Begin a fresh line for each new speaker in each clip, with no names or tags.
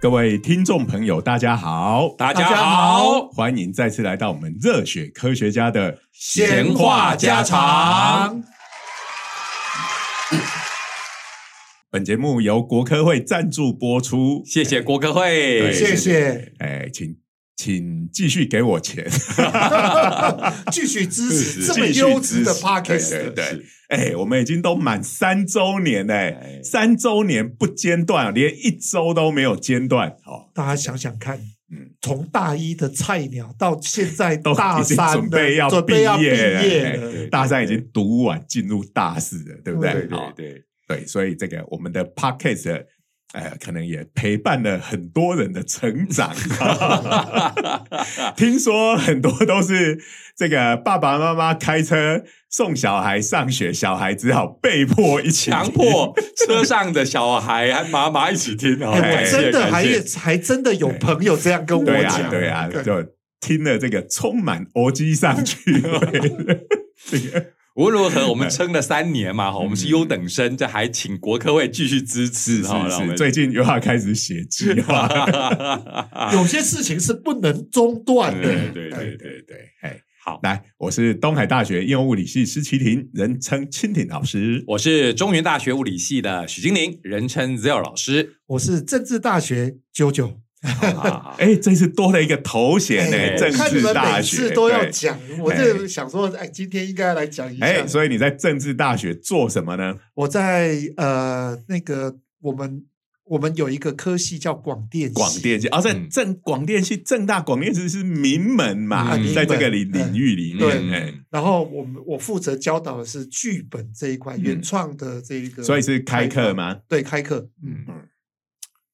各位听众朋友，大家好，
大家好，
欢迎再次来到我们热血科学家的
闲话家常。
本节目由国科会赞助播出，
谢谢郭科
对
会，
谢谢，
哎，请请继续给我钱，
继续支 持这么
继续
优质的
支持
Podcast，
对对对，哎，我们已经都满三周年嘞
哎，
三周年不间断，连一周都没有间断，哦，
大家想想看，
嗯
从大一的菜鸟到现在
都
大
已经
三
准
的
备要
准
毕
备要毕
业了
业
哎
了，
大三已经读完，进入大四了，对不哦对？
对对
好
对，
对，所以这个我们的 podcast，呃，可能也陪伴了很多人的成长。 听说很多都是这个爸爸妈妈开车送小孩上学，小孩只好被迫一起
强迫车上的小孩和妈妈一起听哦，
哎
哎
我真的还
感谢
还真的有朋友这样跟我
对啊，
讲，
对啊，就听了这个充满欧基上 去。
无论如何，我们撑了三年
嗯
嘛，哈，我们是优等生，这还请国科会继续支持，
是
哈
是
让我
是，
们嗯
最近又要开始写计划。啊
有些事情是不能中断的。
嗯
对 对对对，
对，哎，
好，
来，我是东海大学应用物理系施启婷，人称蜻蜓老师。
我是中原大学物理系的许金玲，人称 Zero 老师，
我是政治大学九九，
啊
哎、这次多了一个头衔呢、
哎
政
我看你
治
们
大
每
学
次都要
对
讲，我这想说，哎，今天应该来讲一
哎、
下。
所以你在政治大学做什么呢？
我在呃那个我们我们有一个科系叫广电系
广电系，而、哦、在
嗯
政广电系，正大广电系是名门嘛，
嗯
在这个领
名门嗯
领域里面，
对
哎、
然后我们我负责教导的是剧本这一块，
嗯
原创的这一个，
所以是开课？吗？
对，开课。嗯，
嗯，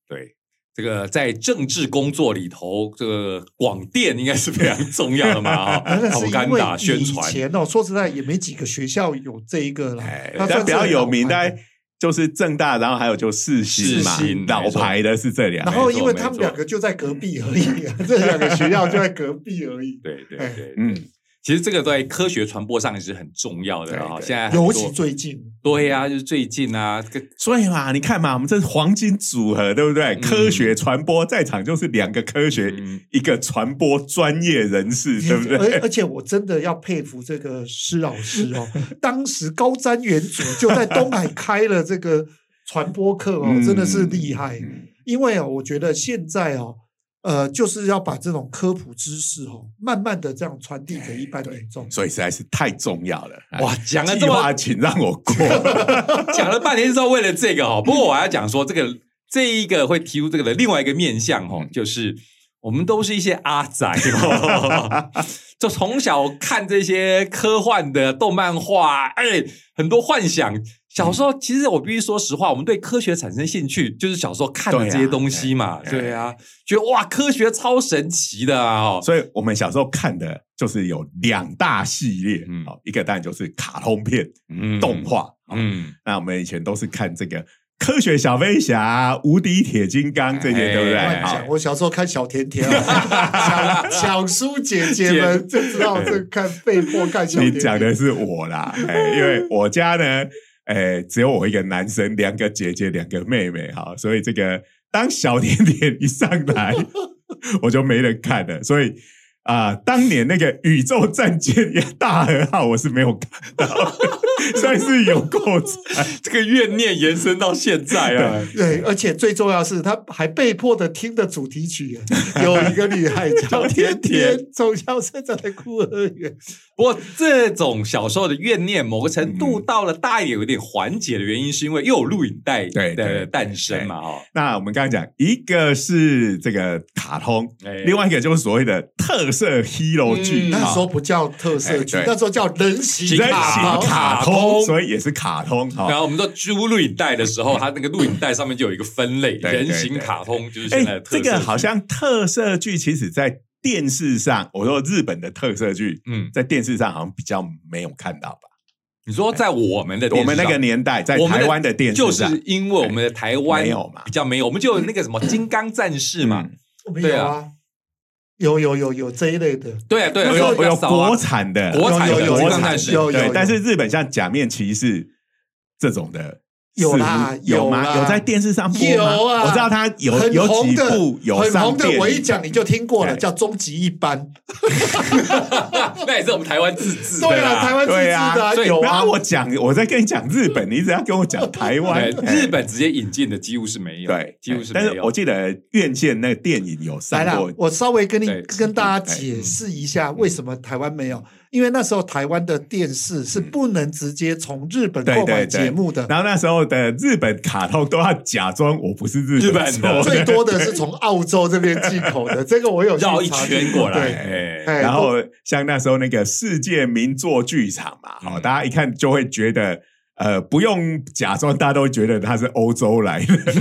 对，这个在政治工作里头，这个广电应该是非常重要的嘛，哈
啊
那那，是
propaganda
因为
宣
以
传，
前哦，说实在也没几个学校有这一个啦
哎，，
那算
但
是
比较
很
有
老
名，大
牌
概就是正大，然后还有就世新嘛，
世新
老
没错
牌的是这啊哎两个
然，后
没错
因为他们
没错
两个就在
嗯
隔壁而已，啊这两个学校就在隔壁而已，
对对
哎
对，
嗯，
其实这个在科学传播上也是很重要的哈，
对对
现在很多
尤其最近。
对呀、就是最近啊，这个
所以嘛，你看嘛，我们这是黄金组合，对不对？
嗯
科学传播在场就是两个科学，
嗯
一个传播专业人士，对不对？
而而且我真的要佩服这个施老 师哦，当时高瞻远瞩，就在东海开了这个传播课哦，真的是厉害。
嗯
因为啊，我觉得现在哦，呃，就是要把这种科普知识哦，慢慢的这样传递给一般民众。
所以实在是太重要了。哎
哇，讲了
计
这么
划请让我 过。
讲了半天是要为了这个哦。不过我还要讲说，这个这一个会提出这个的另外一个面向哦
嗯，
就是我们都是一些阿仔哦， 就从小看这些科幻的动漫画，哎，很多幻想。小时候其实我必须说实话，我们对科学产生兴趣，就是小时候看的
对啊
这些东西嘛，
对
对啊，觉得哇，科学超神奇的啊！哦，
所以我们小时候看的就是有两大系列，哦
嗯
好，一个当然就是卡通片、
嗯
动，画，嗯，
嗯。
那我们以前都是看这个。科学小飞侠、无敌铁金刚这些，
哎
对哦不对？
乱
哎
好
讲，，我小时候看小甜甜啊， 小小叔姐姐们就知道这看被迫看小
你
甜
讲
甜。
的是我啦， 哎，因为我家呢，哎，只有我一个男生，两个姐姐，两个妹妹，哈，所以这个当小甜甜一上来，我就没人看了，所以。啊、当年那个宇宙战舰大和号，我是没有看到 的，算是有够惨。
这个怨念延伸到现在啊！
对，而且最重要是，他还被迫的听的主题曲有一个女孩叫
小甜
甜
甜
甜，走向生长的孤儿园。
不过这种小时候的怨念，某个程度
嗯
到了大一点有点缓解的原因，是因为又有录影带
对对对
的诞生嘛，哦，
那我们刚刚讲，一个是这个卡通，
哎
另外一个就是所谓的特色 hero 剧，
嗯
那
哈
时候不叫特色剧
哎，对
那时候叫人形
人
卡
形
通。
卡
卡
通，
通
所以也是卡通哈。
哎然后我们说租录影带的时候，它那个录影带上面就有一个分类，
对对
人形卡通就是现在
哎
的，特
这
色
个好
剧
像特色剧，其实在电视上，我说日本的特色剧，
嗯，
在电视上好像比较没有看到吧？
你说在我们的电
我
视
们那
上
个年代，在
我们
台湾的电
就
视
是
上
因为我们的台湾
没有嘛
比较没有，我们就有那个什么金刚战士嘛，
嗯
我们
对
有
啊
啊，有有有有这一类的，
对啊对啊，
我
对啊
有
比较
有
少啊
国产的，
国产
有
的
有有
金
国
刚
产
战
的
士，
有有
对
有，
但是日本像假面骑士这种的
有啦
是不是有
有
吗？
啦
有在电视上播吗？
有啊
我知道他有
很
有
红
几
的
部有
很
上
红的
电，影，
我一讲你就听过了，
对
叫《终极一班》。
那也是我们台湾自制的
对
啦
啊，台湾自制
对
的
啊
啊
所以
有
然
啊
后。我讲，我在跟你讲日本，你一直要跟我讲台湾
对，日本直接引进的几乎是没有，
对，
几乎是没
但
有。
是我记得院线那个电影有上
来啦
过，，
我稍微跟你
对
跟大家
对哎嗯
解释一下为什么台湾没有，因为那时候台湾的电视是不能直接从日本
对
购买
对对
节目的，
然后那时候的日本卡通都要假装我不是日
日本的
做的，
最多的是从澳洲这边进 口的，这个我有去
绕一
查
圈过来，
对
哎
哎
然后像那时候那个世界名作剧场嘛，好、
嗯
大家一看就会觉得，呃，不用假装，大家都会觉得他是欧洲来 的，
结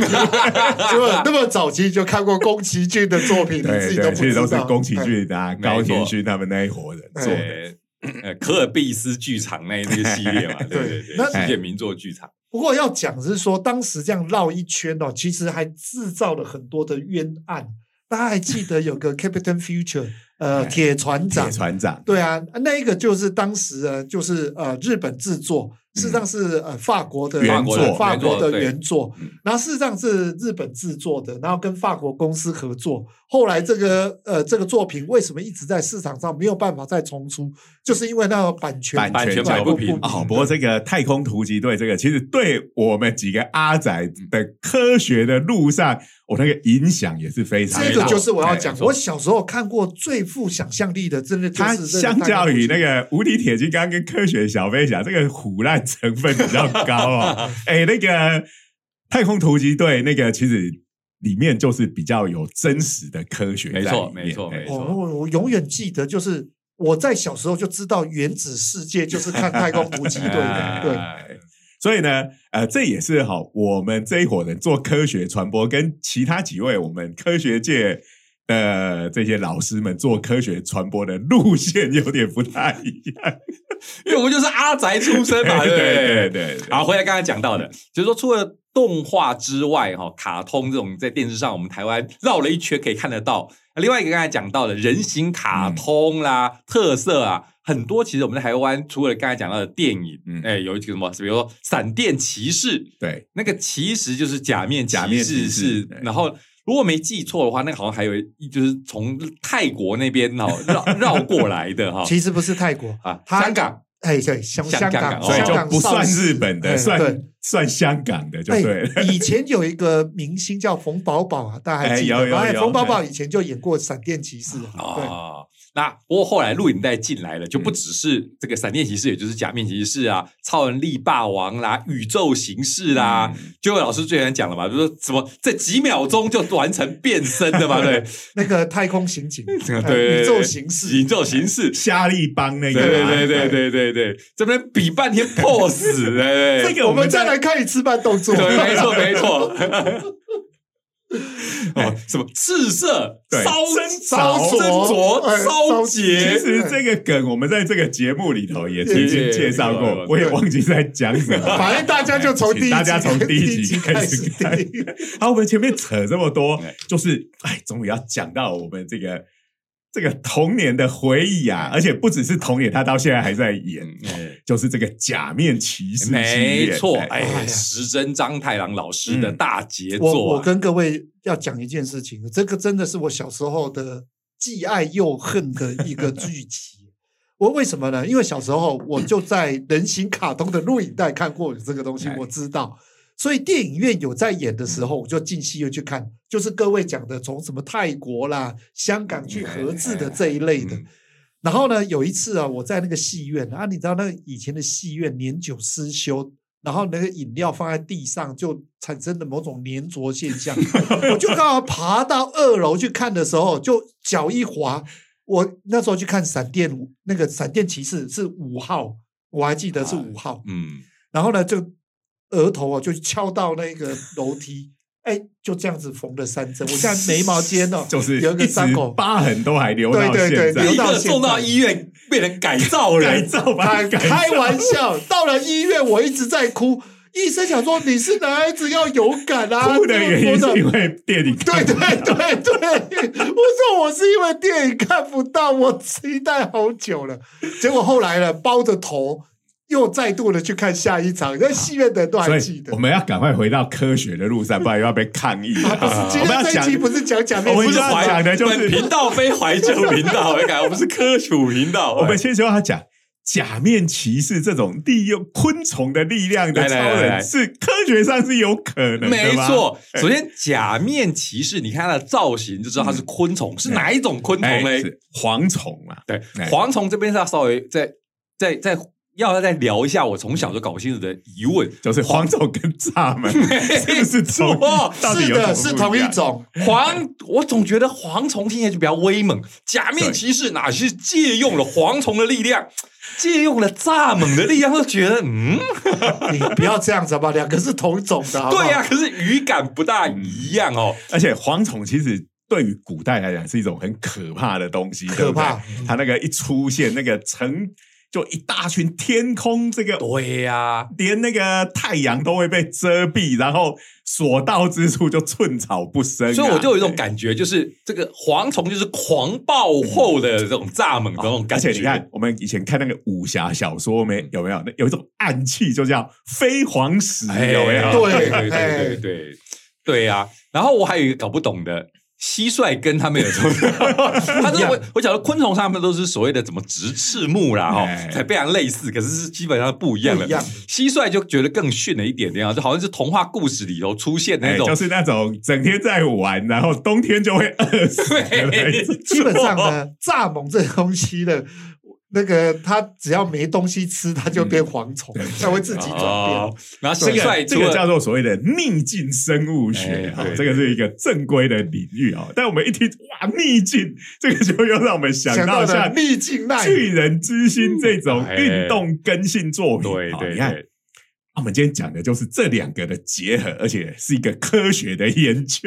果那么早期就看过宫崎骏的作品，你自
对
己都
对，
不
其实
知
都是
道。哎
宫崎骏啊、
没错
高田勋他们那一伙人做的。
对，呃， 可尔必斯剧场那那个系列 嘛，对对对，
那
世界名作剧场，
不过要讲是说，当时这样绕一圈哦，其实还制造了很多的冤案。大家还记得有个 Captain Future，呃，
哎
铁船长
铁，船长，
对啊，那一个就是当时呃，就是呃日本制作，事实上是呃法国的
嗯原作
呃法国
原作
的
对
原作
嗯，
然后事实上是日本制作的，然后跟法国公司合作。后来这个呃这个作品为什么一直在市场上没有办法再重出，就是因为那个版权
版
版权
全
摆
摆
不
不
平
啊
哦，不过这个太空突击队这个，其实对我们几个阿仔的科学的路上，我、那个影响也是非常大。
这个就是
哎
我要讲
没，错
我小时候看过最富想象力的，真的就
它
是这个
相较于那
大
个《无敌铁金刚》跟《科学小飞侠》，这个腐烂成分比较高 啊、哎，那个《太空突击队》那个其实里面就是比较有真实的科学在里面，
没错
哎
没错没
我
错
哦我我永远记得，就是我在小时候就知道原子世界就是看太空突击队的， 对。
哎
所以呢，呃，这也是哈，我们这一伙人做科学传播，跟其他几位我们科学界的这些老师们做科学传播的路线有点不太一样。
因为我们就是阿宅出身 嘛，对 不
对对
对？
对，对
好，回来刚才讲到的，就是说除了动画之外，哈，卡通这种在电视上我们台湾绕了一圈可以看得到。另外一个刚才讲到的人形卡
嗯
通啦、特色啊，很多其实我们在台湾除了刚才讲到的电影，
嗯
哎，有一个什么，比如说《闪电骑士》，
对，
那个其实就是假面
假
骑
面
士
骑士
是
对，
然后如果没记错的话，那个好像还有一就是从泰国那边哦绕绕过来的哈
其实不是泰国
啊，
它
香港
哎，对，香
香港
港，
哦
所以
香
就
港
不算
邵氏
日本的，
哎
算
对。
算香港的就
哎
对了。，
以前有一个明星叫冯宝宝啊，大家还记
哎有
得
有
吗？哎
有
冯宝宝以前就演过《闪电骑士》啊，
哦。那不过后来录影带进来了，就不只是这个闪电骑士，也就是假面骑士啊、超能力霸王啦、宇宙刑事啦。就老师最喜欢讲了嘛，就说什么这几秒钟就完成变身的嘛，对
对，那个太空 刑警，
这个
哎
对
宇宙刑事
宇，宙刑事，
夏利帮那个啊
对
嘛，
对对对对对对，这边比半天 pose，对对
这个
我
我们
们再
在
来看一次慢动作，
对，没错没错。哦
哎，
什么赤色、
对
烧
烧灼
灼、
哎
烧
烧
其
结，
实这个梗我们在这个节目里头也曾经介绍
也也
过，我也忘记在讲什么。
反正大家就从第一集，
请大家从第一集
集
开
开
始
始
看
听。
好，我们前面扯这么多
哎，
就是哎，终于要讲到我们这个这个童年的回忆啊，而且不只是童年，他到现在还在演，
嗯
就是这个假面骑士系列，
没错，
哎
哎，
哎
石真章太郎老师的
嗯
大杰
我
作
我
啊，
跟各位要讲一件事情，这个真的是我小时候的既爱又恨的一 个剧集。我为什么呢？因为小时候我就在人形卡通的录影带看过有这个东西
哎，，
我知道。所以电影院有在演的时候，我就进戏院去看，就是各位讲的从什么泰国啦、香港去合制的这一类的
嗯。
然后呢，有一次啊，我在那个戏院啊，你知道那个以前的戏院年久失修，然后那个饮料放在地上就产生了某种粘着现象。 我就刚好爬到二楼去看的时候，就脚一滑，我那时候去看闪电五那个闪电骑士是五号，我还记得是五号。
嗯，
然后呢，就额头啊就敲到那个楼梯，哎，就这样子缝了三针。我现在眉毛间哦
就是
有一
一
个
直
伤口，
疤痕都还留到
对对对
现在，
留
立
到
刻
现
送到
在
医院被人改造
改
人，
造吧，
开
改造
开玩笑，到了医院我一直在哭，医生想说你是男孩子要勇敢啊，
哭的原因
这
是
个哭
因
的
为电影
对对对对，我说我是因为电影看不到，我期待好久了，结果后来了，包着头又再度的去看下一场，那戏院的人都
所
还记
以
得
我。们要赶快回到科学的路上，不然又要被抗议了。
啊，不是，今
我们要
天这一
讲
期不是讲假面
我
夫
们
妻
要
怀
讲的就是
本频道非怀旧频道，哎，感觉我们是科普频道，
我
哎
们先说他讲假面骑士这种利用昆虫的力量的超
来来来来
人，是科学上是有可能的吗哎
没错，首先假面骑士，你看它的造型就知道它是昆虫，是哪一种昆虫
嗯哎，
嘞？
是蝗虫嘛，
对
哎，
蝗虫这边是要稍微再再再要再聊一下我从小就搞不清楚的疑问。
就是蝗虫跟 蚱蜢是不是同
错
一？到底
是
有什么
的，
不
是同一
样。
种。
蝗， 我总觉得蝗虫听起来就比较威猛，假面骑士哪是借用了蝗虫的力量， 借用了蚱蜢的力量，就觉得嗯，
你不要这样子好不好？两个是同种的，好不好
对呀、可是语感不大一样哦。
而且蝗虫其实对于古代来讲是一种很可怕的东西，
可怕
对不对它那个一出现，那个成就一大群天空，这个
对呀、
连那个太阳都会被遮蔽，然后所到之处就寸草不生啊、
所以我就有一种
对。
感觉，就是这个蝗虫就是狂暴后的这种蚱蜢的那种感
而
觉。嗯
且你看，我们以前看那个武侠小说没有没有？那有一种暗器，就叫飞蝗石，
哎，
有没有？
对对
对哎
对对对对呀、然后我还有一个搞不懂的。蟋蟀跟他们有什么？他这我我讲的昆虫，他们都是所谓的怎么直翅目啦，哈
哎，
才非常类似，可是是基本上不一样的
不一样。
蟋蟀就觉得更逊了一点点啊，就好像是童话故事里头出现的
哎
那种
就，是那种整天在玩，然后冬天就会饿 死的那一种。
基本上呢，蚱蜢这东西呢，那个它只要没东西吃，它就变蝗虫，
嗯
它会自己转变
哦。然后
这
蟋
个
蟀
这
除
个
了
叫做所谓的逆境生物学
哎
哈、
对
这个是一个正规的领域哦。但我们一听哇逆境，这个就又让我们想
想
到
到
像
了逆境耐
巨人之心这种
哎
运动根性作品。
对
好
对
你看
对，
啊我们今天讲的就是这两个的结合，而且是一个科学的研究。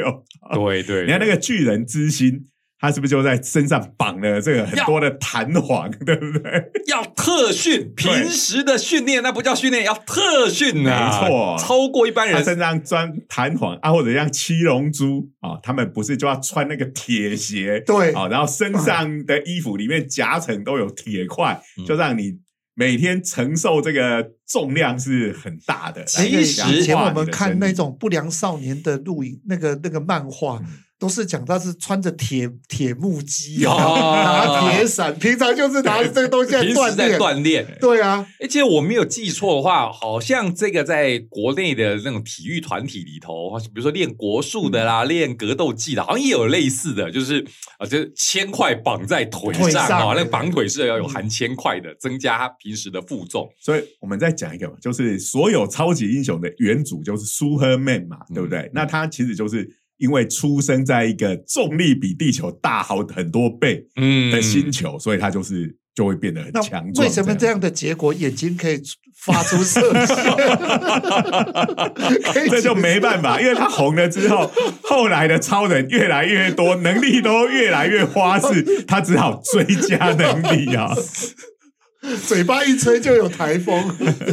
对对，
你看那个巨人之心，他是不是就在身上绑了这个很多的弹簧，对不 对？
要特训，
对
平时的训练那不叫训练，要特训啊，
没错
超过一般
他
人。
身上装弹簧啊，或者像七龙珠啊、他们不是就要穿那个铁鞋？
对
啊、然后身上的衣服里面夹层都有铁块，
嗯
就让你每天承受这个重量是很大的。
其
来
实
强化
以前我
你
们
的
看
身体
那种不良少年的录影，那个那个漫画。
嗯
都是讲他是穿着铁铁木屐， 啊
有
拿铁 伞，平常就是拿着这个东西来
平时
锻
在
炼。
锻炼，
对啊，
而且我没有记错的话，好像这个在国内的那种体育团体里头，比如说练国术的
嗯
啦，练格斗技的，好像也有类似的，就是啊，就是铅块绑在腿
腿
上
上
啊，那
对嗯
个绑腿是要有含铅块的，增加他平时的负重。
所以我们再讲一个嘛，就是所有超级英雄的原主就是 Superman 嘛，
嗯
对不对？那他其实就是因为出生在一个重力比地球大好很多倍
嗯
的星球，所以他就是就会变得很
那
强壮。
为什么这
样？
样的结果眼睛可以发出射 线？可以
这就没办 法，因为他红了之后，后来的超人越来越多，能力都越来越花 式，他只好追加能力啊。
嘴巴一吹就有台风。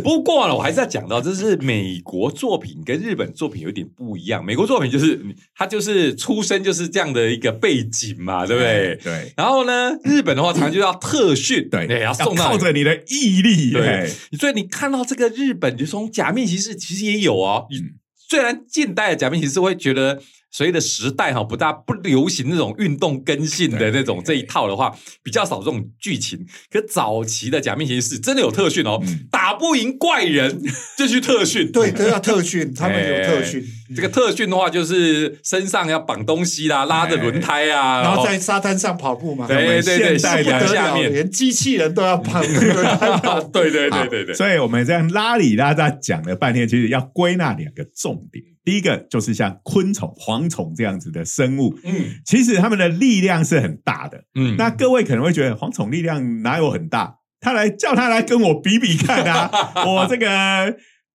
不过呢，我还是要讲到，这是美国作品跟日本作品有点不一样。美国作品就是你它就是出身就是这样的一个背景嘛， 对不对？
对
然后呢，日本的话，常常就要特训，
对，
要
要
送到
靠着你的毅力，
对
哎
你。所以你看到这个日本，就从假面骑士其实也有哦。你
嗯
虽然近代的假面骑士会觉得随着时代哈不大不流行那种运动根性的
对
那种这一套的话，比较少这种剧情。可早期的假面骑士真的有特训哦，
嗯
打不赢怪人 就去特训。
对，都要特训，他们
哎
有特训，
这个特训的话，就是身上要绑东西啦，拉着轮胎啊，
哎
然后在沙滩上跑步嘛，
对对
现
对，
代
夕
不
的
阳
得
下
了，
面，啊
连机器人都要 跑，对
对对
好
对对对，
所以我们这样拉里拉扎讲了半天，其实要归纳两个重点。第一个就是像昆虫、蝗虫这样子的生物，
嗯
其实它们的力量是很大的。
嗯，
那各位可能会觉得蝗虫力量哪有很大？他来叫他来跟我比比看啊！我这个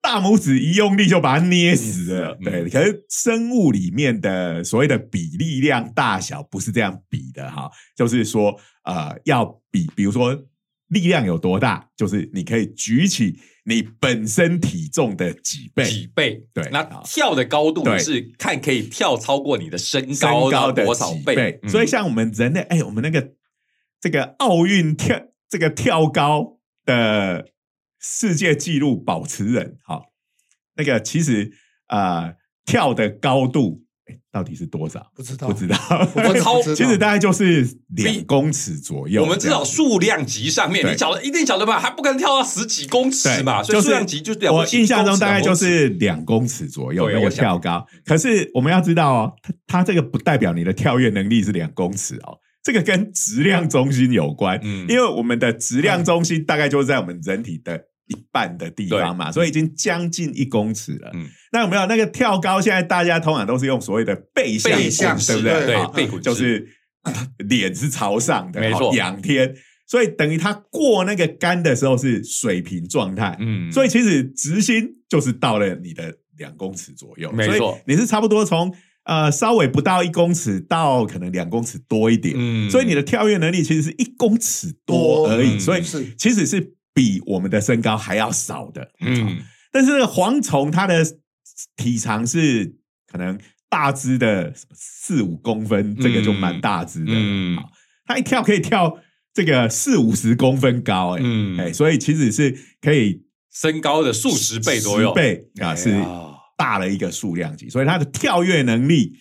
大拇指一用力就把它捏死了。
捏死了
对，可是生物里面的所谓的比力量大小不是这样比的哈，就是说呃要比，比如说力量有多大，就是你可以举起你本身体重的几倍。
几倍。
对
那
好
跳的高度
对
是看可以跳超过你的身
身
高
高
到
的
多少
几
倍
倍。
嗯
所以像我们人类，哎、我们那个这个奥运跳这个跳高的世界纪录保持人，好、那个其实啊、呃跳的高度诶到底是多少？
不知道，
不知道，
我超
知道
其实大概就是
比
两公尺左右。
我们至少数量级上面，
对
你晓得一定晓得吧？还不可能跳到十几公尺
对
嘛，所
就
以
是
数量级就了不
我
起
印象中
一公尺
大概就
两公尺
是两公尺左右
对
那个
我想
跳高，可是我们要知道哦，它它这个不代表你的跳跃能力是两公尺哦，这个跟质量中心有关，
嗯
因为我们的质量中心大概就是在我们人体的一半的地方嘛，所以已经将近一公尺了。
嗯
那有没有那个跳高？现在大家通常都是用所谓的背向
背
式对
向
不
式对
对？
对
好
背滚式
就是呃脸是朝上的，
没
好
错
仰天。所以等于他过那个杆的时候是水平状态，
嗯
所
以
以其实直心就是到了你的两公尺左右，
没错
所以你是差不多从呃稍微不到一公尺到可能两公尺多一点，
嗯
所以你的跳跃能力其实是一公尺多而已，
嗯
所以
是
其实是比我们的身高还要少的。
嗯
但是那个蝗虫它的体长是可能大只的四五公分，这个就蛮大只的，
嗯
好它一跳可以跳这个四五十公分高、哎、
嗯
哎、所以其实是可以
身高的数十倍左右哎
10，倍啊，是大了一个数量级，所以它的跳跃能力，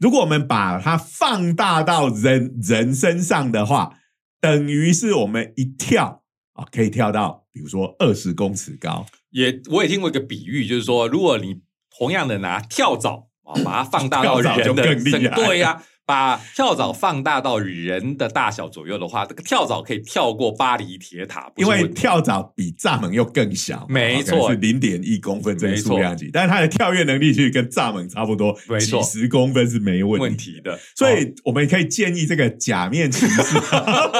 如果我们把它放大到人人身上的话，等于是我们一跳啊，可以跳到比如说二十公尺高，
也我也听过一个比喻，就是说，如果你同样的拿跳蚤 啊，把它放大到
跳蚤
人
就
的
更厉害
身对呀、把跳蚤放大到人的大小左右的话，这个跳蚤可以跳过巴黎铁塔，不
因
是
为
问题
跳蚤比蚱蜢又更小，
没
啊可能
错
是零点一公分这个
没错
数量级，但是它的跳跃能力其实跟蚱蜢差不多，
没
几
错
十公分是没问题
问题的，
所
哦
以我们可以建议这个假面骑士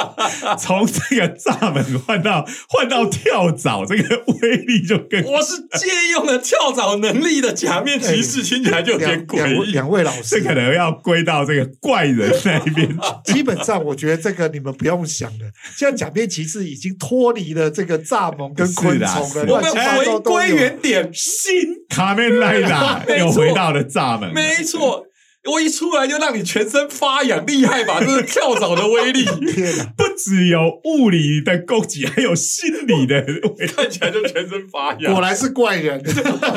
从这个蚱蜢换到换到跳蚤，这个威力就更
我是借用了跳蚤能力的假面骑士，听起来就有点
两
诡
两位
哎
异。
两位老师啊
这可能要归到这个怪人那一 边去。
基本上，我觉得这个你们不用想了。现在假面骑士已经脱离了这个蚱蜢跟昆虫
是
了，
啦
我
乱
们
七八
回
糟都
归
有。
原点，
新卡梅莱拉
没错
又回到了蚱蜢，
没错，我一出来就让你全身发痒，厉害吧？这是跳蚤的威力，
天哪！
不只有物理的攻击，还有心理的威力。
看起来就全身发痒
果。然是怪 人，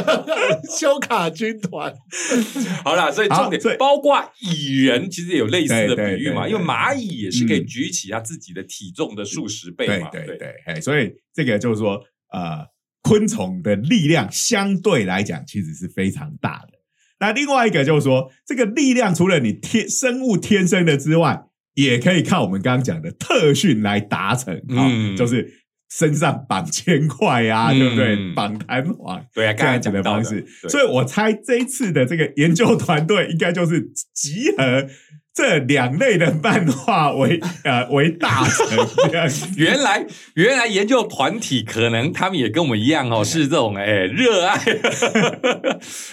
修卡军团。
好啦，所以重
好
点
所以
包括蚁人，其实也有类似
对
的比
对
喻嘛，
对对
因为蚂蚁也是可以举起它自己的体重的数十倍
对
嘛。
对，对，哎，所以这个就是说，呃，昆虫的力量相对来讲其实是非常大的。那另外一个就是说，这个力量除了你天生物天生的之外，也可以靠我们刚刚讲的特训来达成啊、
嗯
就是身上绑铅块啊，
嗯
对不对？绑弹簧
对啊，
这
刚才
样子
讲
的
到
方
的
式，
对
所以我猜这一次的这个研究团队应该就是集合这两类的漫画为呃为大成这样子。
原来原来研究团体可能他们也跟我们一样哦，是这种哎热 爱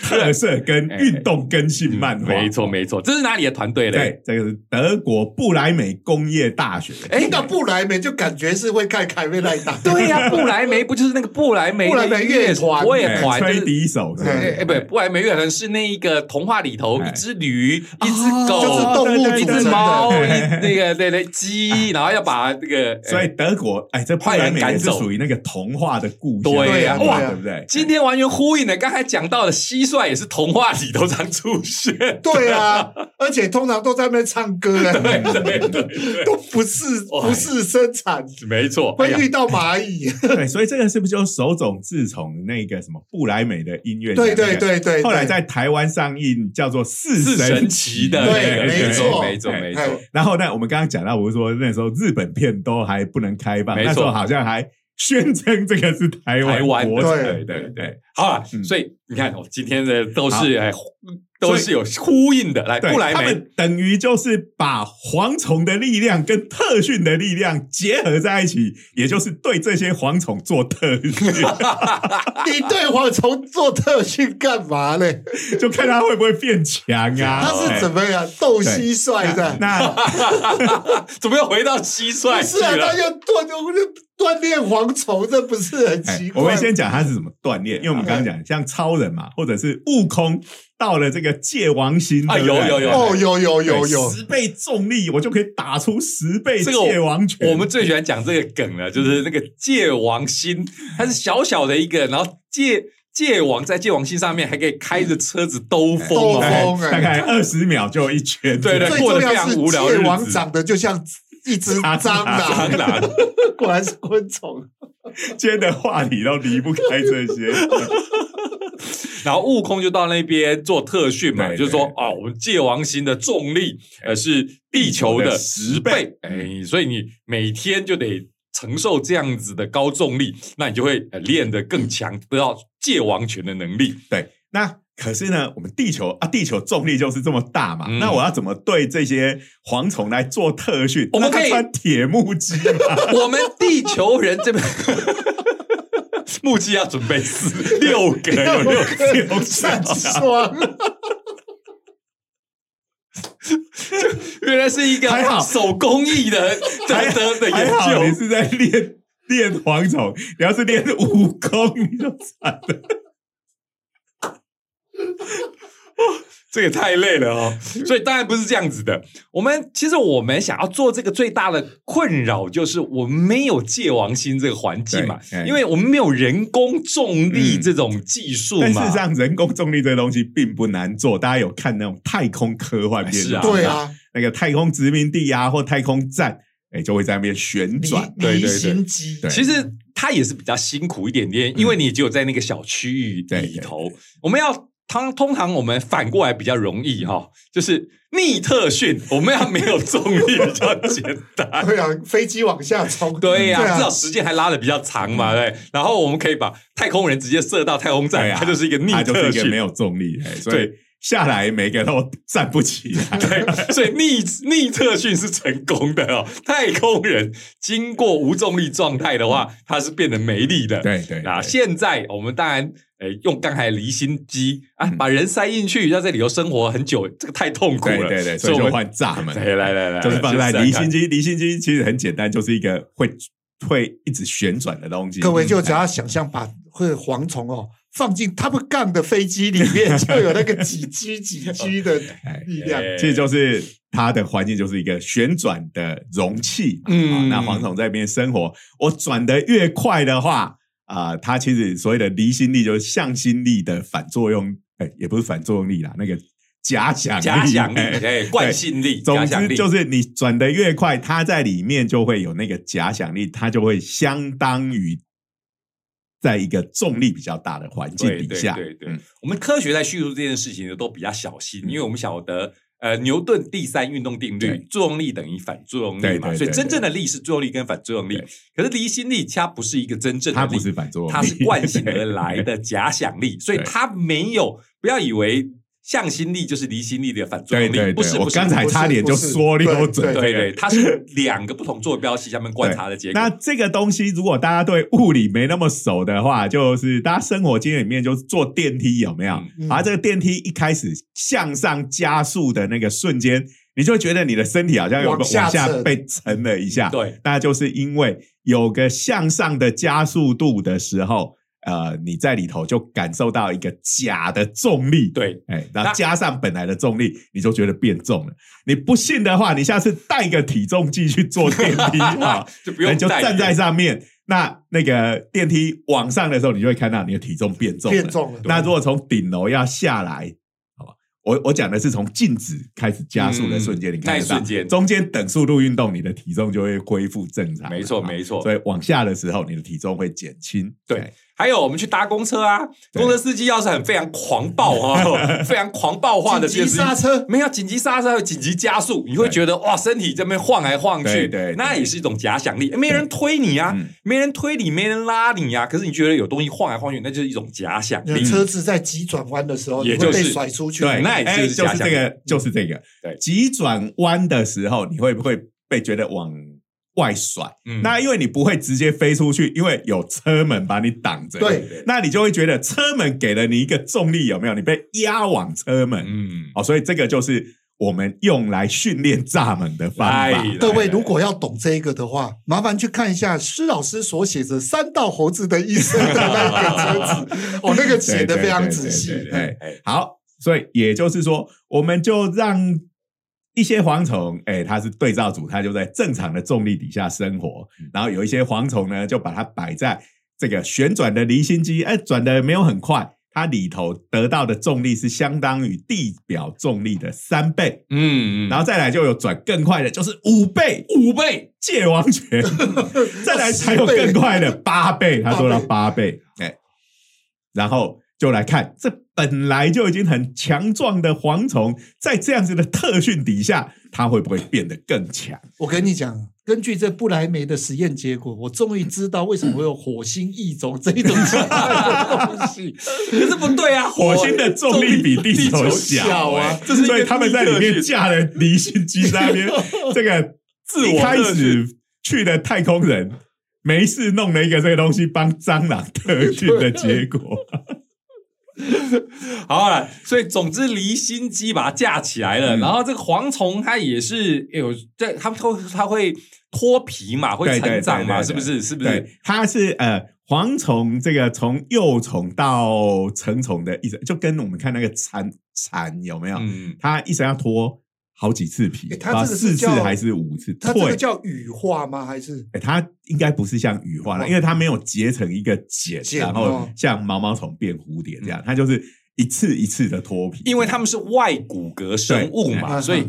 特色跟运动根性漫画。
嗯没错没错，这是哪里的团队嘞？
对，这个是德国布莱梅工业大学。
哎，那布莱梅就感觉是会看凯瑞赖打，
对呀，布莱梅不就是那个布莱梅
布莱梅乐团
乐团就
哎吹
是。
笛手是不
哎
是，
哎，不，布莱梅乐团是那一个童话里头
哎
一只驴、一只
哦就
狗
是、动物
一
组
只
成
猫、
的。啊
对对对
一那个对对鸡，然后要把这个。
所以
哎
德国，哎，这布莱梅也是属于那个童话的故乡，
对
呀对呀
哇，对不对？
今天完全呼应了刚才讲到的蟋蟀也是童话里头常出现。
对啊，而且通常都在那边唱歌，
对对对，
都不是
哇
不是生产，
没错。哎
会
呀
遇到蚂蚁。
对，所以这个是不是就手冢治虫那个什么布莱梅的音乐？
对对。对
哎
对，哎
后来在台湾上映，叫做《
是
四
神
神
奇
奇
的，
对
那个
没
对
错
没错，
哎
没
哎
错，
然后呢，我们刚刚讲到，我是说那时候日本片都还不能开放，
没错
那时候好像还宣称这个是台湾
台湾
国产对
对
对对。
好了，
嗯
所以你看，我哦今天的都是哎，呼都
所以
是有呼应的。来，
对
布莱
他
梅
们等于就是把蝗虫的力量跟特训的力量结合在一起，也就是对这些蝗虫做特 训，
你对蝗虫做特训干嘛呢？
哎
就看它会不会变强 啊？
他是怎么样斗蟋蟀
哎
的？
那哎
怎么又回到蟋蟀
不
去
是啊，他
了？
就锻就锻炼蝗虫，这不是很
哎
奇怪？
我们先讲它是怎么锻炼，因为我刚刚讲像超人嘛，或者是悟空到了这个界王星
啊
对不对
有有有
哦，有有有
对
有，
十倍重力，我就可以打出十倍
这个我
界王拳。
我们最喜欢讲这个梗了，就是那个界王星，它是小小的一个，然后界界王在界王星上面还可以开着车子兜风
兜
哦
风。
哎
哎
大概二十秒就一圈，
对对
最
过得
重
非
要
常
是
无聊的
界
日
王
子
长得就像一只
蟑
蟑
当
螂，
然，
果然是昆虫。
今天的话题都离不开这 些。
然后悟空就到那边做特训嘛，
对
就说
对
哦，我们界王星的重力呃是地球的十倍，
嗯
哎，所以你每天就得承受这样子的高重力，那你就会呃练得更强，得到界王拳的能力。
对，那可是呢，我们地球啊，地球重力就是这么大嘛，
嗯
那我要怎么对这些蝗虫来做特训？
我们
那它
可以
穿铁木屐嘛，
我们地球人 这边。木屐要准备 四六个，有六个
有
扇双，
原来是一个
还好
手工艺的
还
的的的研
还好你
究，
是在练练蝗虫，你要是练武功，你就惨了。
这也太累了哦。所以当然不是这样子的。我们其实我们想要做这个最大的困扰，就是我们没有界王星这个环境嘛
对，嗯嗯
因为我们没有人工重力这种技术
但事
嘛
实。上，人工重力这个东西并不难做，大家有看那种太空科幻片，
是啊
对，啊，
那个太空殖民地啊，或太空站，哎、就会在那边旋
离
转。
对对
离
对
心机，
对嗯
其实它也是比较辛苦一点点，因为你只有在那个小区域
对
里头。我们要通通常我们反过来比较容易哈、就是逆特训， 我们要没有重力比较简 单。
对啊，飞机往下冲，
对呀、
对啊
至少时间还拉的比较长嘛，对。然后我们可以把太空人直接射到太空站，
嗯对啊
它就是一个逆
它就是
特
一个没
训。
有重力，哎所以
对
下来每个都站不起来。
对， 所以逆逆特训是成功的哦。太空人经过无重力状态的话，它是变得没力的。
对对，
那
对
现在我们当然，呃，用刚才的离心机啊，
嗯
把人塞进去，要在里头生活很久，这个太痛苦了。
对对对，所
所以
以
我
就
们
换闸门，
对来来来，
就是放在
试试
离
看
心机。离心机其实很简单，就是一个会会一直旋转的东西。嗯
各位就只要想象把会蝗虫哦放进 Top Gun 的飞机里面，就有那个几 G 几 G 的力量。
哎
其实就是它的环境就是一个旋转的容器嘛。
嗯
啊那黄总在那边生活，我转的越快的话，啊、它其实所谓的离心力就是向心力的反作用，哎、也不是反作用力啦，那个假想力
假想力，
哎
哎，惯性力，
总
假想
之
力
就是你转的越快，它在里面就会有那个假想力，它就会相当于在一个重力比较大的环境
对
底
对
下。
对对
嗯，
我们科学在叙述这件事情呢，都比较小心，因为我们晓得。呃，牛顿第三运动定律
对，
作用力等于反作用力
对
嘛，
对
所以
对
真
对
正的力是作用力跟反作用力
对。
可是离心力它不是一个真正的
它
力，
不是反作用力，
它是惯性而 来的假想力，所以它没有。不要以为向心力就是离心力的反作
对。
用
对对
力，不
对，
是
我
不是
刚，才差点就说溜
不是不
嘴
是
对
了。
对，它是两个不同坐标系下面观察的结果。嗯
那这个东西，如果大家对物理没那么熟的话，就是大家生活经验里面，就是坐电梯有没有？
嗯
啊，这个电梯一开始向上加速的那个瞬间，你就会觉得你的身体好像有个
往下
往下
沉
被沉了一下。
对
那就是因为有个向上的加速度的时候，呃，你在里头就感受到一个假的重力，，
对，
哎，然
那
后加上本来的重力，你就觉得变重了。你不信的话，你下次带个体重计去坐电 梯啊，
就不
人
用
就
带
站在上面。那那个电梯往上的时候，你就会看到你的体重变重了。
变重了，
那如果从顶楼要下来，好吧，我我讲的是从静止开始加速的瞬间，
嗯
你看得
那一
到
瞬间
中间等速度运动，你的体重就会恢复正常了。
没错
啊
没错
所以往下的时候，你的体重会减轻。哎
对还有我们去搭公车啊，
对
公车司机要是很非常狂暴哦， 非常狂暴化的
紧急
司机
刹车，
没有紧急刹车，还有紧急加速，你会觉得哇，身体这边晃来晃去，
对对对
那也是一种假想力，没人推你啊，
嗯
没人推你，没人拉你啊，可是你觉得有东西晃来晃去，那就是一种假想
你的
力。
车子在急转弯的时候，
也
你
就
会
是
被甩出去。
对，
那也
哎
就是
就
假
是
想
这
力
个，就是这个。
对
急转弯的时候，你会不会被觉得往外甩？
嗯
那因为你不会直接飞出去，因为有车门把你挡着。
对
那你就会觉得车门给了你一个重力，有没有？你被压往车门。
嗯，
哦，所以这个就是我们用来训练蚱蜢的方
来
法。
各位
哎
如果要懂这个的话，麻烦去看一下施老师所写着《三道猴子的一生》的那个折子，哦，那个写的非常仔细
对对。对对
哎
对好，所以也就是说，我们就让一些蝗虫，哎，它是对照组，它就在正常的重力底下生活，然后有一些蝗虫呢，就把它摆在这个旋转的离心机，哎，转的没有很快。它里头得到的重力是相当于地表重力的三倍，
嗯，
然后再来就有转更快的，就是五倍
五倍，
界王 拳，再来才有更快的八倍，他说到八倍，哎，然后就来看这本来就已经很强壮的蝗虫，在这样子的特训底下，它会不会变得更强？
我跟你讲，根据这布莱梅的实验结果，我终于知道为什么会有火星异种这一种奇怪的东西。
可 是不对啊，
火星的重力比地球小
啊
哎，
这是一个
所以他们在里
逆
面
特性
架了离心机在那边，这个
自我
一开
特训
始去的太空人没事弄了一个这个东西帮蟑螂特训的结果。
好了，所以总之离心机把它架起来了，
嗯
然后这个蝗虫它也是有这它会它会脱皮嘛，会
对对
成长嘛，
对对对
是不是？是不
对
嗯
是？，
它是呃蝗虫这个从幼虫到成虫的一生，就跟我们看那个蚕蚕有没有？
嗯，
它一生要脱好几次皮
诶，它
不知道
这个是
四次
叫
还是五次？
它这个
蜕
叫羽化吗？还是
诶它应该不是像羽化了，因为它没有结成一个茧，
茧
然后
哦嗯
像毛毛虫变蝴蝶这样，它就是一次一次的脱皮。
因为它们是外骨骼生物
对
嘛，
嗯
所以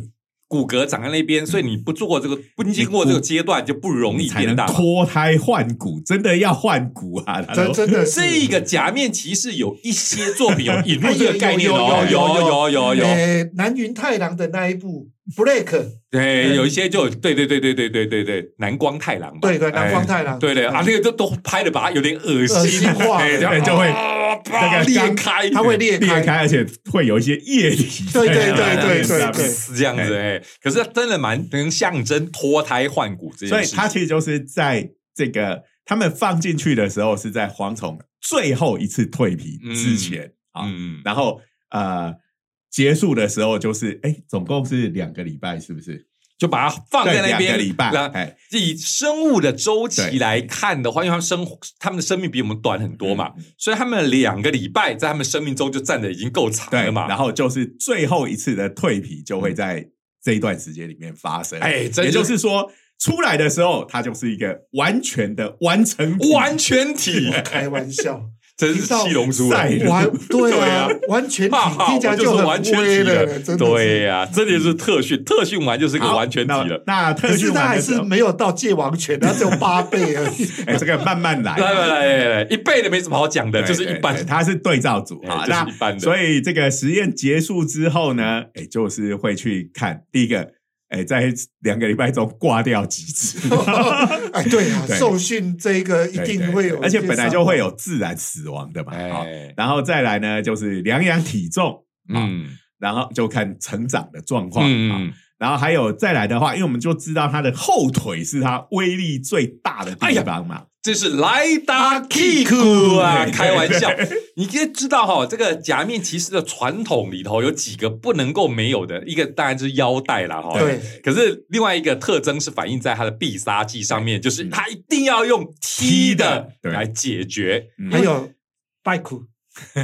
骨骼长在那边，所以你不做这个不经过这个阶段，就不容易
才
变
能
大嘛。
脱胎换骨，真的要换骨啊！它
真
都
真的是
这个假面骑士有一些作品有引入这个概念哦
哎，有有
有有有，
诶南云太郎的那一部《Break》，
对，有一些就有对对对对对对对对，南光太郎吧，
对对，南光太郎，
对对啊，那个都都拍的把它有点恶
恶
心
心化
哎
了
这样
对就会
啊
那个
裂
刚
开，
它会裂
裂
开。
开，而且会有一些液 体在
对对
它的
对对
上面
对对
是这样子哎。可是真的蛮能象征脱胎换骨这
所
件
以
事
它
情。
其实就是在这个他们放进去的时候，是在蝗虫最后一次蜕皮之前啊、
嗯，
然后呃结束的时候就是哎，总共是两个礼拜，是不是？
就 把它放在
对，
那
两个
边
礼拜，
然后
哎，
以生物的周期
对
来看的话，因为他们生他们的生命比我们短很多
嗯
嘛，所以他们两个礼拜在他们生命中就站的已经够长
对
了嘛。
然后就是最后一次的蜕皮就会在这一段时间里面发生，
哎真是
也就是说。出来的时候，它就是一个完全的完成品
完全 体，
我开玩笑，
真是七龙珠啊
赛哎 对
完对啊
啊，
完全体
哈
听起来
我
很
是完全体
威了，真的是
对呀、这就是特训，特训完就是
嗯
个
好
完全体了。
那那特
可是
训
他
完
还
的时
是
候，
没有到界王权，他只有八倍而 已。
哎，这个慢慢来，
来来来来来，一倍的没什么好讲的，
对
就是
对
一般
对，它是对照组
哎
啊。
就是
那
一般的。嗯
所以这个实验结束之后呢，哎，就是会去看第一个，哎，在两个礼拜中挂掉几 次，
哎，对啊，
对
受训这个一
对
定
对
会
对
有，
而且本来就会有自然死亡的嘛。好，
哎，
然后再来呢，就是量量体重，
嗯
然后就看成长的状况啊。
嗯，
然后还有再来的话，因为我们就知道它的后腿是它威力最大的地方嘛。
这是莱达 kick 啊，
对对对
开玩笑，你应该知道哈、这个假面骑士的传统里头有几个不能够没有的，一个当然就是腰带啦哈、
对
可是另外一个特征是反映在他的必杀技上面，就是他一定要用踢的
踢的对
来解决。
嗯
还有拜苦，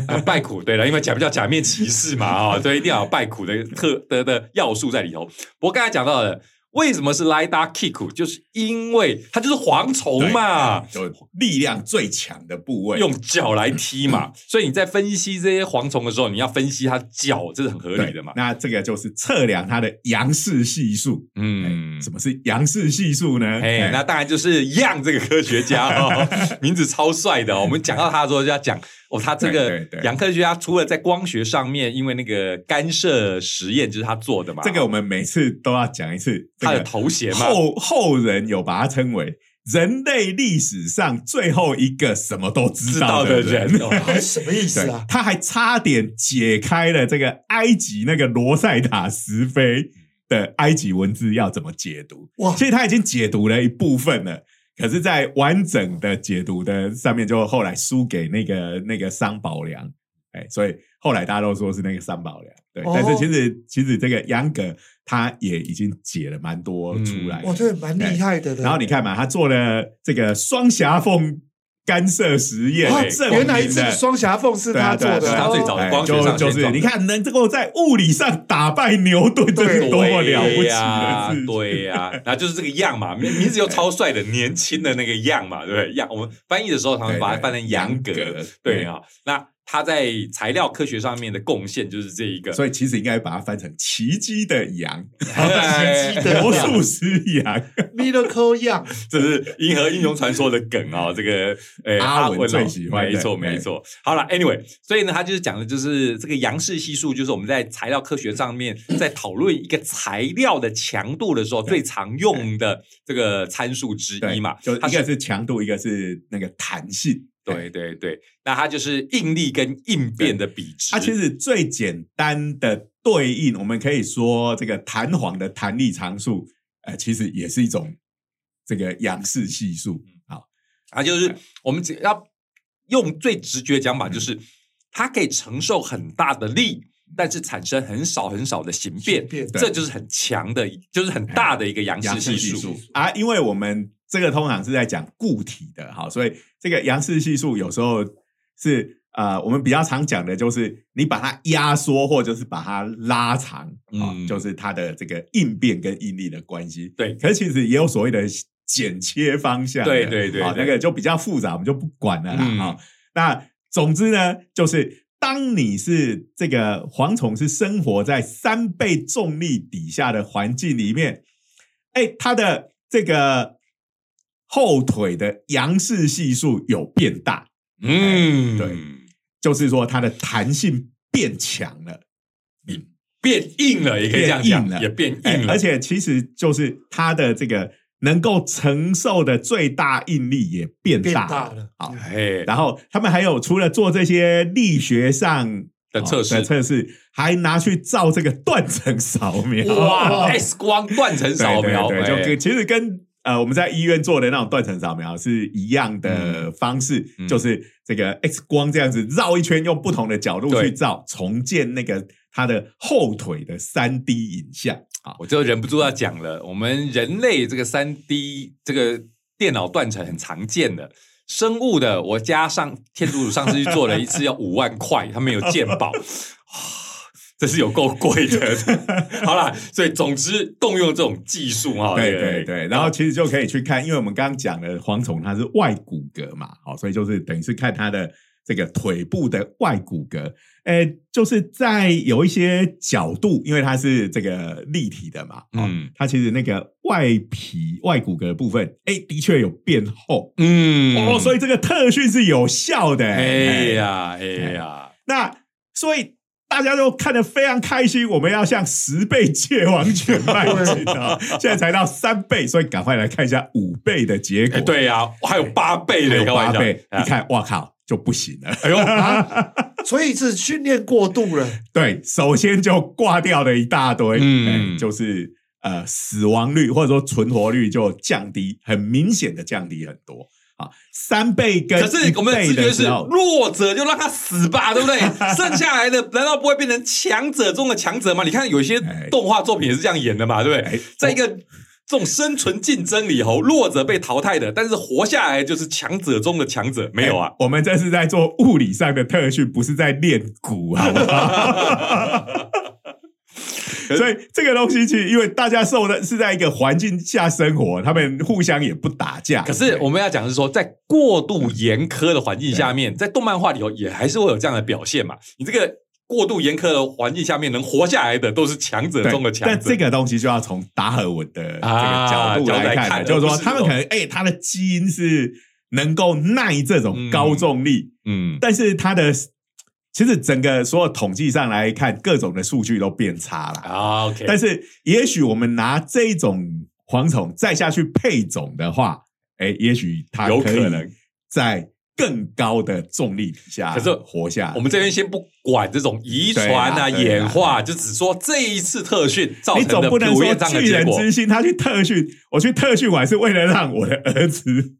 啊拜苦，对了，因为假不叫假面骑士嘛，啊、所以一定要有拜苦的特的的要素在里头。不过刚才讲到了，为什么是 Lida Kick，就是因为它就是蝗虫嘛，
就力量最强的部位，
用脚来踢 嘛，所以你在分析这些蝗虫的时候，你要分析它脚，这是很合理的嘛。
那这个就是测量它的杨氏系数。
嗯
嗯，什么是杨氏系数呢？
哎、那当然就是样这个科学 家哦，名字超帅的、哦。我们讲到他的时候就要讲哦，他这
对
个
对对
杨科学家除了在光学上面，因为那个干涉实验就是他做的嘛，
这个我们每次都要讲一次。这
他的
个
头衔嘛，
后后人有把它称为人类历史上最后一个什么都知
知
道
道的
人
人。。哦
啊什么意思
对
啊，？
他还差点解开了这个埃及那个罗塞塔石碑的埃及文字要怎么解读。
哇
其，实他已经解读了一部分了，可是，在完整的解读的上面，就后来输给那个那个商宝良哎，所以后来大家都说是那个三宝梁，对。
哦
但是其实其实这个秧歌他也已经解了蛮多出来的，
哇，这蛮厉害的了。
然后你看嘛，他做了这个双狭缝干涉实验，哎
哇，
证
哦原来
明
这
了
个双峡缝是
对啊
他做
对啊
的，
对啊
他最
哦
早的
哎
光学
就
上
就
先
是
撞
你看能够在物理上打败牛顿，这是
对
多么了不起的事
呀，
情。
对呀，然后就是这个样嘛，名名字又超帅的，年轻的那个样嘛，对不对？样，我们翻译的时候，他们把它翻成杨格，对
嗯
啊。那他在材料科学上面的贡献就是这一个，
所以其实应该把它翻成奇迹的 羊，
哎
奇迹的
魔术师羊，
Miracle Young，
这是《银河英雄传说》的梗哦，这个呃
阿文
哦
最喜欢的哎
没错
对
没错。好了，anyway，所以呢，他就是讲的就是这个杨氏系数，就是我们在材料科学 上面在讨论一个材料的强度的时候最常用的这个参数之一嘛。
就
它
一个是强度，一个是那个弹性。
对对对，那它就是应力跟应变的比值。
它啊其实最简单的对应，我们可以说这个弹簧的弹力常数，呃，其实也是一种这个杨氏系数。好，
啊，就是我们只要用最直觉讲法，
嗯
就是它可以承受很大的力，但是产生很少很少的形变
形，变
对哎
这就是很强的，就是很大的一个杨
杨
氏
氏
系
系
数
数。啊，因为我们这个通常是在讲固体的，好，所以这个杨氏系数有时候是呃，我们比较常讲的就是你把它压缩或者是把它拉长啊、
嗯
就是它的这个应变跟应力的关系。
对
可是其实也有所谓的剪切方向的，
对对对
好，
对
那个就比较复杂，我们就不管了啦。
嗯
好，那总之呢，就是当你是这个蝗虫是生活在三倍重力底下的环境里面，哎，它的这个后腿的杨氏系数有变大，
嗯，
对，就是说它的弹性变强了。
变硬了，也可以这样
变硬了哎
讲，也变
嗯
硬了，
而且其实就是它的这个能够承受的最大应力也变
变
大
大了
好
哎，
然后他们还有除了做这些力学上
的测试
哦的测试，还拿去照这个断层扫描，
哇
哇
，X 光断层扫描，
对对对
哎
就跟其实跟呃我们在医院做的那种断层扫描是一样的方式，
嗯
就是这个 X 光这样子绕一圈，用不同的角度
对
去照，重建那个它的后腿的三 D 影像。好，
我就忍不住要讲了，我们人类这个三 D 这个电脑断层很常见的。生物的，我加上天竺鼠上次去做了一次，要五万块，他们有鉴宝，哇这是有够贵的。 好啦，所以总之动用这种技术啊，
对对对，然后其实就可以去看，因为我们刚刚讲的蝗虫它是外骨骼嘛，好，所以就是等于是看它的这个腿部的外骨骼，呃，就是在有一些角度，因为它是这个立体的嘛，嗯，
嗯
它其实那个外皮外骨骼的部分，哎，的确有变厚。
嗯
哦，所
以
以这个特训是有效的、
哎
哎
呀哎呀，
那所以大家都看得非常开心，我们要向十倍界王 权迈进啊！现在才到三倍，所以赶快来看一下五倍的结果。
哎，对呀，还有八
还
倍的，
有
开
八
玩笑
倍，
哎
你看，哇靠，就不行了。
哎呦，
所以是训练过度了。
对，首先就挂掉了一大堆，
嗯
嗯，就是呃死亡率或者说存活率就降低，很明显的降低很多啊，三倍跟
可是我们的
一
直
倍
觉
的
是
时候
弱者就让他 死吧，对不对？剩下来的难道不会变成强者中的强者吗？你看有些
哎
动画作品也是这样演的嘛，对不对
哎？
在一个这种生存竞争里头，弱者被淘汰的，但是活下来就是强者中的强者，没有啊
哎？我们这是在做物理上的特训，不是在练鼓，好不 好？所以这个东西其实，因为大家受的是在一个环境下生活，他们互相也不打架。
可是我们要讲的是说，在过度严苛的环境下
哎
面，在动漫画里头也还是会有这样的表现嘛。你这个过度严苛的环境下面，能活下来的都是强者
对
中的强
但
者
这。个东西就要从达尔文的这个
啊
角度来
角度来
看了，
看
就是
而
说
不是
他们可能哎、他的基因是能够耐这种高重力，
嗯，
但是他的其实整个所有统计上来看，各种的数据都变差了。
啊，OK，
但是也许我们拿这种蝗虫再下去配种的话，哎、也许它
有可
以
能
在更高的重力底下，
可是
活下来
我们这边先不管这种遗传啊、
对啦对啦
演化，就只说这一次特训造
你
成
总
的
不能说
普遍上的
巨
结
人
果。
之心，他去特训，我去特训，我还是为了让我的儿子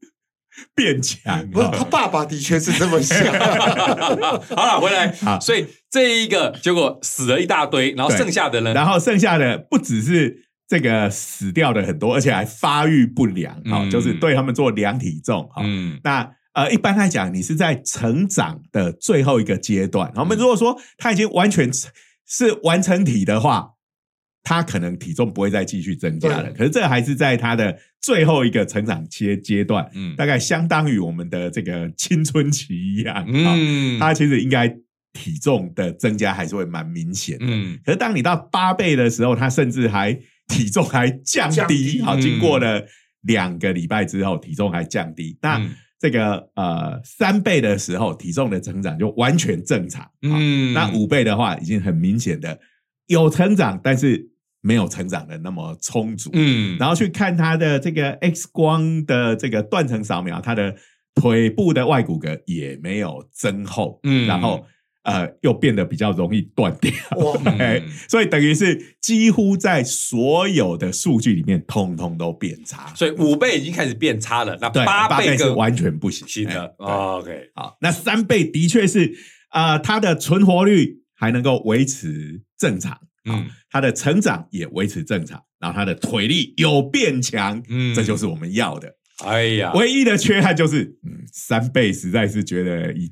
变
嗯
强，
不是他爸爸的确是这 么想，
好了，回来
好，
所以这一个结果死了一大堆，然后
对
剩下的呢，
然后剩下的不只是这个死掉的很多，而且还发育不良啊、哦
嗯
就是对他们做量体重啊、哦
嗯
那呃，一般来讲，你是在成长的最后一个阶段。我们如果说他已经完全成是完成体的话，他可能体重不会再继续增加了。
对
可是这还是在他的最后一个成长阶阶段，
嗯
大概相当于我们的这个青春期一样。嗯，
嗯
他其实应该体重的增加还是会蛮明显的。
嗯
可是当你到八倍的时候，他甚至还体重还降
降
低，
低
好，
嗯
经过了两个礼拜之后，体重还降低。那
嗯
这个呃三倍的时候，体重的成长就完全正常。嗯，
嗯
那五倍的话，已经很明显的有成长，但是没有成长的那么充足。
嗯，
然后去看他的这个 X 光的这个断层扫描，他的腿部的外骨骼也没有增厚，
嗯
然后呃又变得比较容易断掉。
嗯
哇，
哎， 所以等于是几乎在所有的数据里面，通通都变差。
所以五倍已经开始变差了，那
对，
八
倍是
更
完全不行
行了。
哎对
哦 OK，
好，那三倍的确是，呃，它的存活率还能够维持正常，
嗯
它的成长也维持正常，然后它的腿力有变强，
嗯
这就是我们要的。
哎呀，
唯一的缺憾就是，嗯，三倍实在是觉得以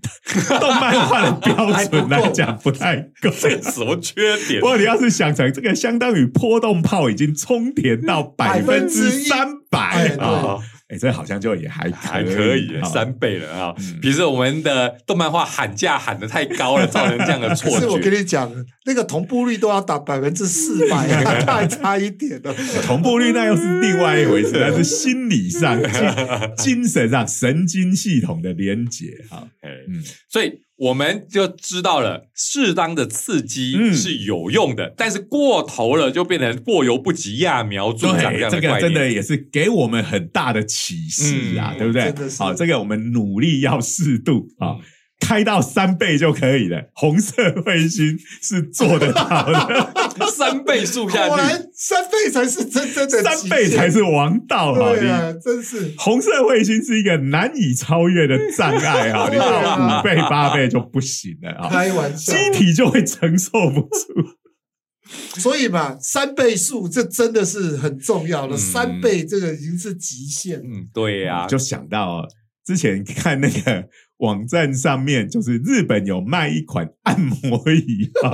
动漫化的标准来讲不太够。
这什么缺点
不？过你要是想成这个，相当于波动炮已经充填到百分之三百
哎对
啊！哎，这好像就也还
还可以了，
啊
三倍了啊
嗯！
比如说我们的动漫画喊价喊的太高了，造成这样的
可
错
是我跟
觉。
你讲，那个同步率都要打百分之四百 啊，太差一点了。
同步率那又是另外一回事，那是心理上、 精精神上、神经系统的连接啊。
哎
嗯，
所以我们就知道了，适当的刺激
嗯
是有用的，但是过头了就变成过犹不及揠苗助长这
对，
样
这
的
个
概
真
念。
的也是给我们很大的启示啊，
嗯
对不对
真的？是
好，这个我们努力要适度啊
嗯。
开到三倍就可以了，红色彗星是做得到的。
三倍速下
果
去，
然三倍才是真正的
三倍才
是
是王道啊！
对
你
啊，真是
红色彗星是一个难以超越的障碍啊，你
对啊
到五倍八倍就不行了 啊，
开玩笑。
机体就会承受不住。
所以嘛，三倍数这真的是很重要了，
嗯
三倍这个已经是极限了。
嗯，对呀、
就想到哦之前看那个 网站上面，就是日本有卖一款按摩椅啊，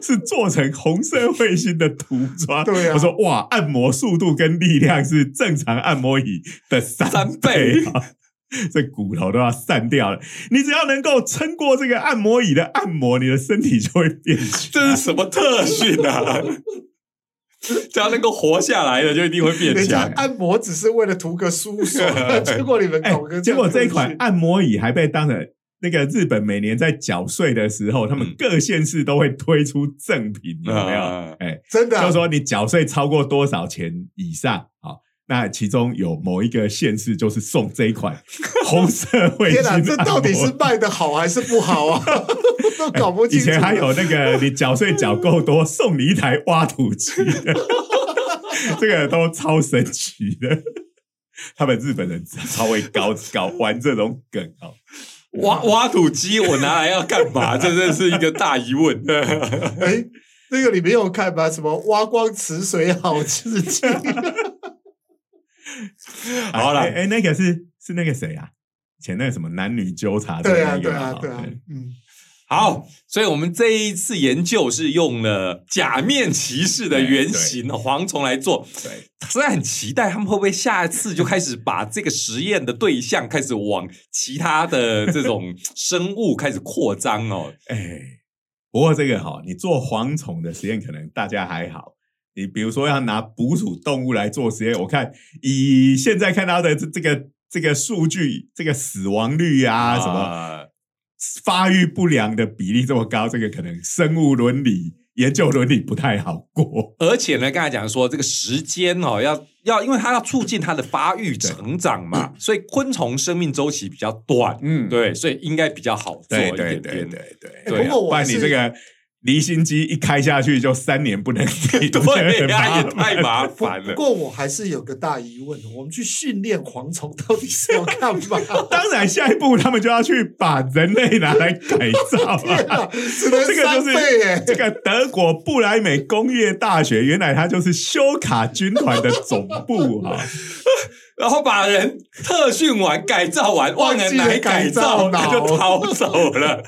是做成红色彗星的涂装。
对啊
我说哇，按摩速度跟力量是正常按摩椅的三倍啊。这骨头都要散掉了，你只要能够撑过这个按摩椅的按摩，你的身体就会变强。
这是什么特训啊？ 只要能够活下来的，就一定会变
人家
强。
按摩只是为了图个舒爽， 结果你们
哎
搞个、
结果这一款按摩椅还被当成那个日本每年在缴税的时候，他们
嗯
各县市都会推出赠品，有 没有？
啊
哎，
真的、啊、
就说你缴税超过多少钱以上，好，那其中有某一个县市就是送这一 款红色会星
天哪、
按摩椅。
这到底是卖的好还是不好啊？ 都搞不
以
清楚。啊
前还有那个，你缴税缴够多，送你一台挖土机的， 这个都超神奇的。他们日本人超会搞搞玩这种梗哦。
挖挖土机，我拿来要干嘛？这真是一个大疑问。
哎，那个你没有看吧？什么挖光池水好刺激？
好啦
哎、哎那个是是那个谁啊？以前那个什么男女纠 察的
对啊，
那
对
个
啊
嘛，
对啊，嗯，
好，所以我们这一次研究是用了假面骑士的原型蝗虫来做，
对
实在很期待他们会不会下一次就开始把这个实验的对象开始往其他的这种生物开始扩张哦。
哎、不过这个哈、你做蝗虫的实验，可能大家还好。你比如说要拿捕鼠动物来做实验，我看以现在看到的这这个这个数据，这个死亡率 啊，什么
么？
发育不良的比例这么高，这个可能生物伦理研究伦理不太好过。
而且呢，刚才讲说这个时间哦，要要，因为它要促进它的发育成长嘛，所以昆虫生命周期比较短，
嗯，
对，所以应该比较好做一
对
点点。
对对对对。
哎不过
不
我还
然
是
你这个离心机一开下去就三年 不能停，
对
很麻
呀，
烦
也太麻
不
烦
不
了。
过我还是有个大疑问，哦我们去训练蝗虫到底是要干嘛？
当然，下一步他们就要去把人类拿来改 造
天
啊。
哪，只能
这个
三
就是
倍耶！
这个德国布莱梅工业大学，原来它就是修卡军团的总部啊！
然后把人特训完、改造完，忘了
忘记
拿
了改
改
造
造，
脑
他就逃 走了。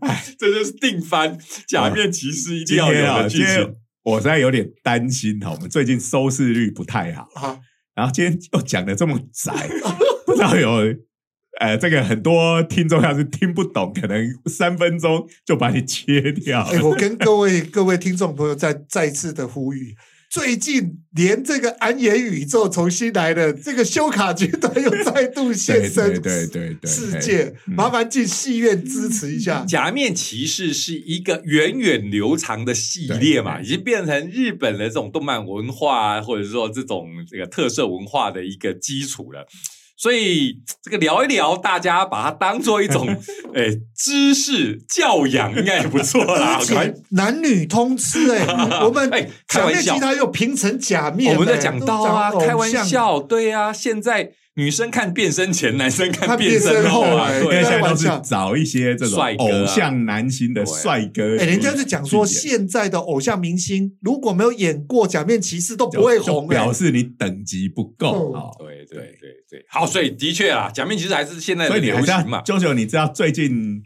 哎，这就是定番假面骑士一定
今
要有
天
的
啊，
剧
今
情
天。我实在有点担心哈，我们最近收视率不太好，
啊，
然后今天又讲的这么窄，不知道有呃，这个很多听众要是听不懂，可能三分钟就把你切掉
哎、我跟各位各位听众朋友再再次的呼吁。最近连这个安野宇宙重新来的这个修卡军团又再度现
对
身
对对对对，
世
嘿
界，
嗯
麻烦进戏院支持一下。
假面骑士是一个源远流长的系列嘛，
对
已经变成日本的这种动漫文化啊，或者说这种这个特色文化的一个基础了。所以这个聊一聊，大家把它当做一种 诶、知识教养，应该也不错啦。
而
赶快
且男女通 吃哎、我们
哎开
假
玩
面
笑
吉他又评成假面、
我们在
哎
讲
都
到啊，
长得
开玩
偶像
笑，对啊，现在女生看变身前，男生看
看变
变
身
身后
后
啊，
哎
因为
对
现在
啊
都
玩
是
笑
找一些这种
帅哥啊啊
偶像男星的帅哥，
哎、人家就讲说，现在的偶像明星如果没有演过假面骑士，都
就
不会红、
就
哎
表示你等级不够
哦
哦。
对对对对，好，所以的确啊，假面其实还是现在
所
的
以你
流
还是要
行嘛，
舅舅，你知道最近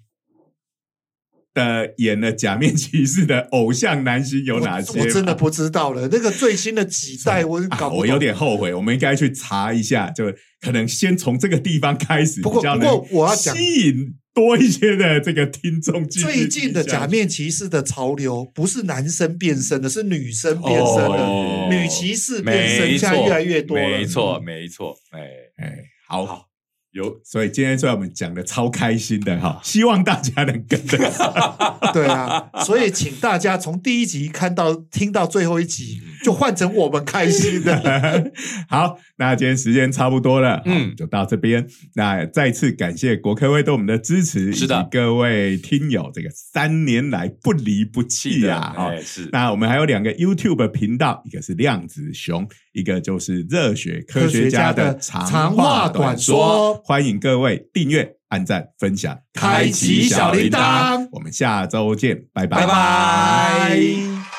的演了假面骑士的偶像男星有哪些
我？
吗？
我真的不知道了。那个最新的几 代，我
啊
搞不懂。
我有点后悔，我们应该去查一下，就可能先从这个地方开始，
不过
比较
不过
能
我要讲
吸引多一些的这个听众继续听下去。
最近的假面骑士的潮流，不是男生变身的，是女生变身的，
哦
女骑士变身
没
现
错
在越来越多了。
没错，没错，哎，
哎，好。
好有
所以今天虽然我们讲的超开心的哈，希望大家能跟得 上。
对啊，所以请大家从第一集看到听到最后一集，
嗯
就换成我们开心的。
好，那今天时间差不多了，嗯
嗯，
就到这边。那再次感谢国科会对我们的支持，
是的
以及各位听友这个三年来不离不弃
的
啊，哈。
哎，是
那我们还有两个 YouTube 频道，一个是量子熊，一个就是热血科学家的
科学家的
长话短
长话
说
短说。
欢迎各位订阅、按赞、分享、
开启小铃铛
我们下周见，拜
拜拜
拜。